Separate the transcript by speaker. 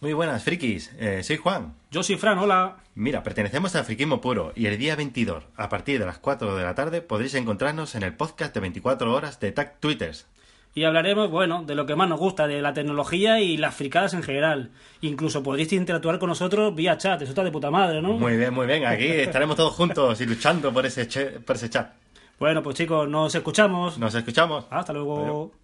Speaker 1: Muy buenas, frikis. Eh, soy Juan.
Speaker 2: Yo soy Fran, hola.
Speaker 1: Mira, pertenecemos a Friquismo Puro y el día 22, a partir de las 4 de la tarde, podréis encontrarnos en el podcast de 24 horas de Tag Twitters.
Speaker 2: Y hablaremos, bueno, de lo que más nos gusta, de la tecnología y las fricadas en general. Incluso podréis interactuar con nosotros vía chat, eso está de puta madre, ¿no?
Speaker 1: Muy bien, muy bien. Aquí estaremos todos juntos y luchando por ese, che- por ese chat.
Speaker 2: Bueno, pues chicos, nos escuchamos.
Speaker 1: Nos escuchamos.
Speaker 2: Hasta luego.
Speaker 1: Adiós.